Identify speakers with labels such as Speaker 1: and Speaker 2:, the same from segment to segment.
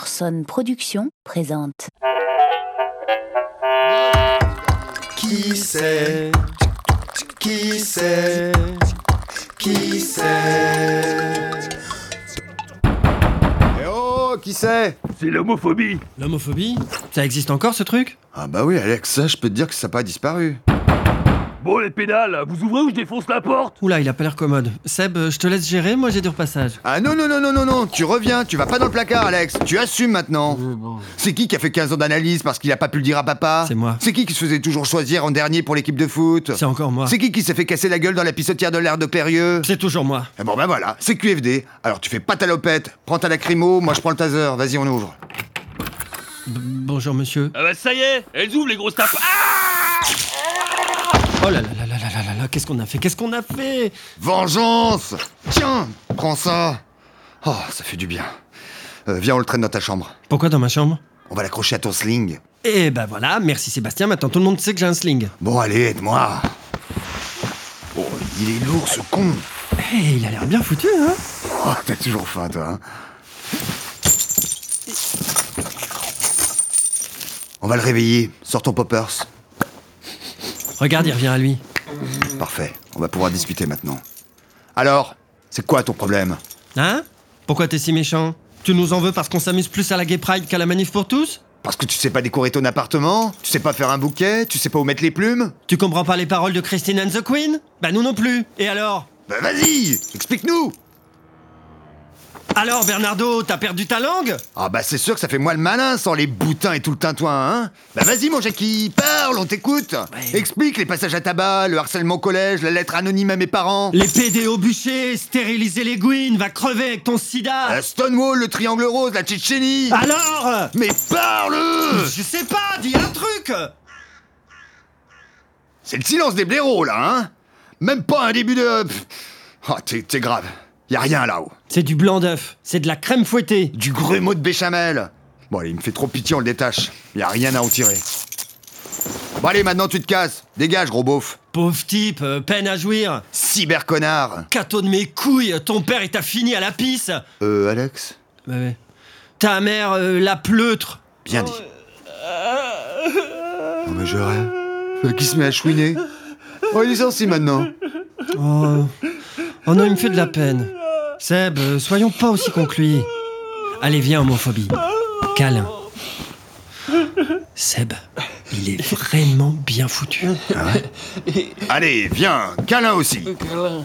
Speaker 1: Orson Productions présente.
Speaker 2: Qui sait Qui sait Qui sait Eh oh, qui sait
Speaker 3: C'est l'homophobie
Speaker 4: L'homophobie Ça existe encore ce truc
Speaker 2: Ah bah oui, Alex, ça, je peux te dire que ça n'a pas disparu.
Speaker 3: Bon les pédales, vous ouvrez ou je défonce la porte
Speaker 4: Oula, il a pas l'air commode. Seb, euh, je te laisse gérer, moi j'ai du repassage.
Speaker 2: Ah non, non, non, non, non, non, tu reviens, tu vas pas dans le placard, Alex, tu assumes maintenant. C'est qui qui a fait 15 ans d'analyse parce qu'il a pas pu le dire à papa
Speaker 4: C'est moi.
Speaker 2: C'est qui qui se faisait toujours choisir en dernier pour l'équipe de foot
Speaker 4: C'est encore moi.
Speaker 2: C'est qui qui s'est fait casser la gueule dans la pissotière de l'air de Clérieux
Speaker 4: C'est toujours moi.
Speaker 2: Ah Bon ben voilà, c'est QFD. Alors tu fais pas ta lopette, prends ta lacrymo, moi je prends le taser, vas-y on ouvre.
Speaker 4: B- bonjour monsieur.
Speaker 3: Ah bah ça y est, elles ouvrent les grosses tapes Ah
Speaker 4: Oh là là là là là là là là, qu'est-ce qu'on a fait Qu'est-ce qu'on a fait
Speaker 2: Vengeance Tiens, prends ça Oh, ça fait du bien. Euh, viens, on le traîne dans ta chambre.
Speaker 4: Pourquoi dans ma chambre
Speaker 2: On va l'accrocher à ton sling.
Speaker 4: Eh ben voilà, merci Sébastien, maintenant tout le monde sait que j'ai un sling.
Speaker 2: Bon, allez, aide-moi Oh, il est lourd, ce con
Speaker 4: Eh, il a l'air bien foutu, hein
Speaker 2: Oh, t'as toujours faim, toi, hein On va le réveiller. Sors ton poppers.
Speaker 4: Regarde, il revient à lui.
Speaker 2: Parfait, on va pouvoir discuter maintenant. Alors, c'est quoi ton problème
Speaker 4: Hein Pourquoi t'es si méchant Tu nous en veux parce qu'on s'amuse plus à la Gay Pride qu'à la manif pour tous
Speaker 2: Parce que tu sais pas décorer ton appartement Tu sais pas faire un bouquet Tu sais pas où mettre les plumes
Speaker 4: Tu comprends pas les paroles de Christine and the Queen Bah nous non plus Et alors
Speaker 2: Bah vas-y, explique-nous
Speaker 4: Alors Bernardo, t'as perdu ta langue
Speaker 2: Ah bah c'est sûr que ça fait moi le malin sans les boutins et tout le tintouin, hein Bah vas-y mon Jackie, parle, on t'écoute
Speaker 4: Ouais.
Speaker 2: Explique les passages à tabac, le harcèlement au collège, la lettre anonyme à mes parents
Speaker 4: Les PD au bûcher, stériliser les Gouines, va crever avec ton sida
Speaker 2: la Stonewall, le triangle rose, la Tchétchénie
Speaker 4: Alors euh,
Speaker 2: Mais parle
Speaker 4: Je sais pas, dis un truc
Speaker 2: C'est le silence des blaireaux là, hein Même pas un début de... Pff. Ah t'es t'es grave, y a rien là-haut
Speaker 4: C'est du blanc d'œuf, c'est de la crème fouettée.
Speaker 2: Du grumeau de béchamel Bon allez, il me fait trop pitié, on le détache, y a rien à en tirer Bon allez, maintenant tu te casses, dégage gros beauf
Speaker 4: Pauvre type, euh, peine à jouir.
Speaker 2: Cyber connard
Speaker 4: Cato de mes couilles, ton père il t'a fini à la pisse.
Speaker 2: Euh Alex
Speaker 4: Ouais, ouais. Ta mère, euh, la pleutre.
Speaker 2: Bien dit. Non mais je rêve. Euh, Qui se met à chouiner Oh, il est sorti maintenant.
Speaker 4: Oh, oh non, il me fait de la peine. Seb, euh, soyons pas aussi con que lui. Allez, viens, homophobie. Câlin. Seb, il est vraiment bien foutu.
Speaker 2: Allez, viens, câlin aussi. Hmm.
Speaker 5: Câlin.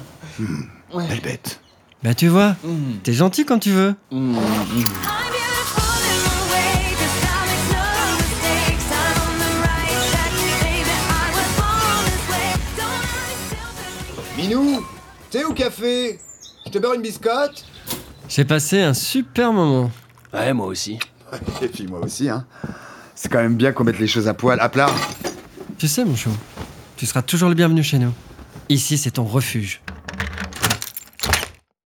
Speaker 2: Belle bête.
Speaker 4: Bah tu vois, t'es gentil quand tu veux.
Speaker 6: I'm beautiful in my way, cause I make no mistakes. I'm on the right track, baby. I was born this way. Don't I still believe?
Speaker 2: Minou, thé au café Je te beurre une biscotte
Speaker 4: J'ai passé un super moment.
Speaker 5: Ouais, moi aussi.
Speaker 2: Et puis moi aussi, hein. C'est quand même bien qu'on mette les choses à poil, à plat.
Speaker 4: Tu sais, mon chou, tu seras toujours le bienvenu chez nous. Ici, c'est ton refuge.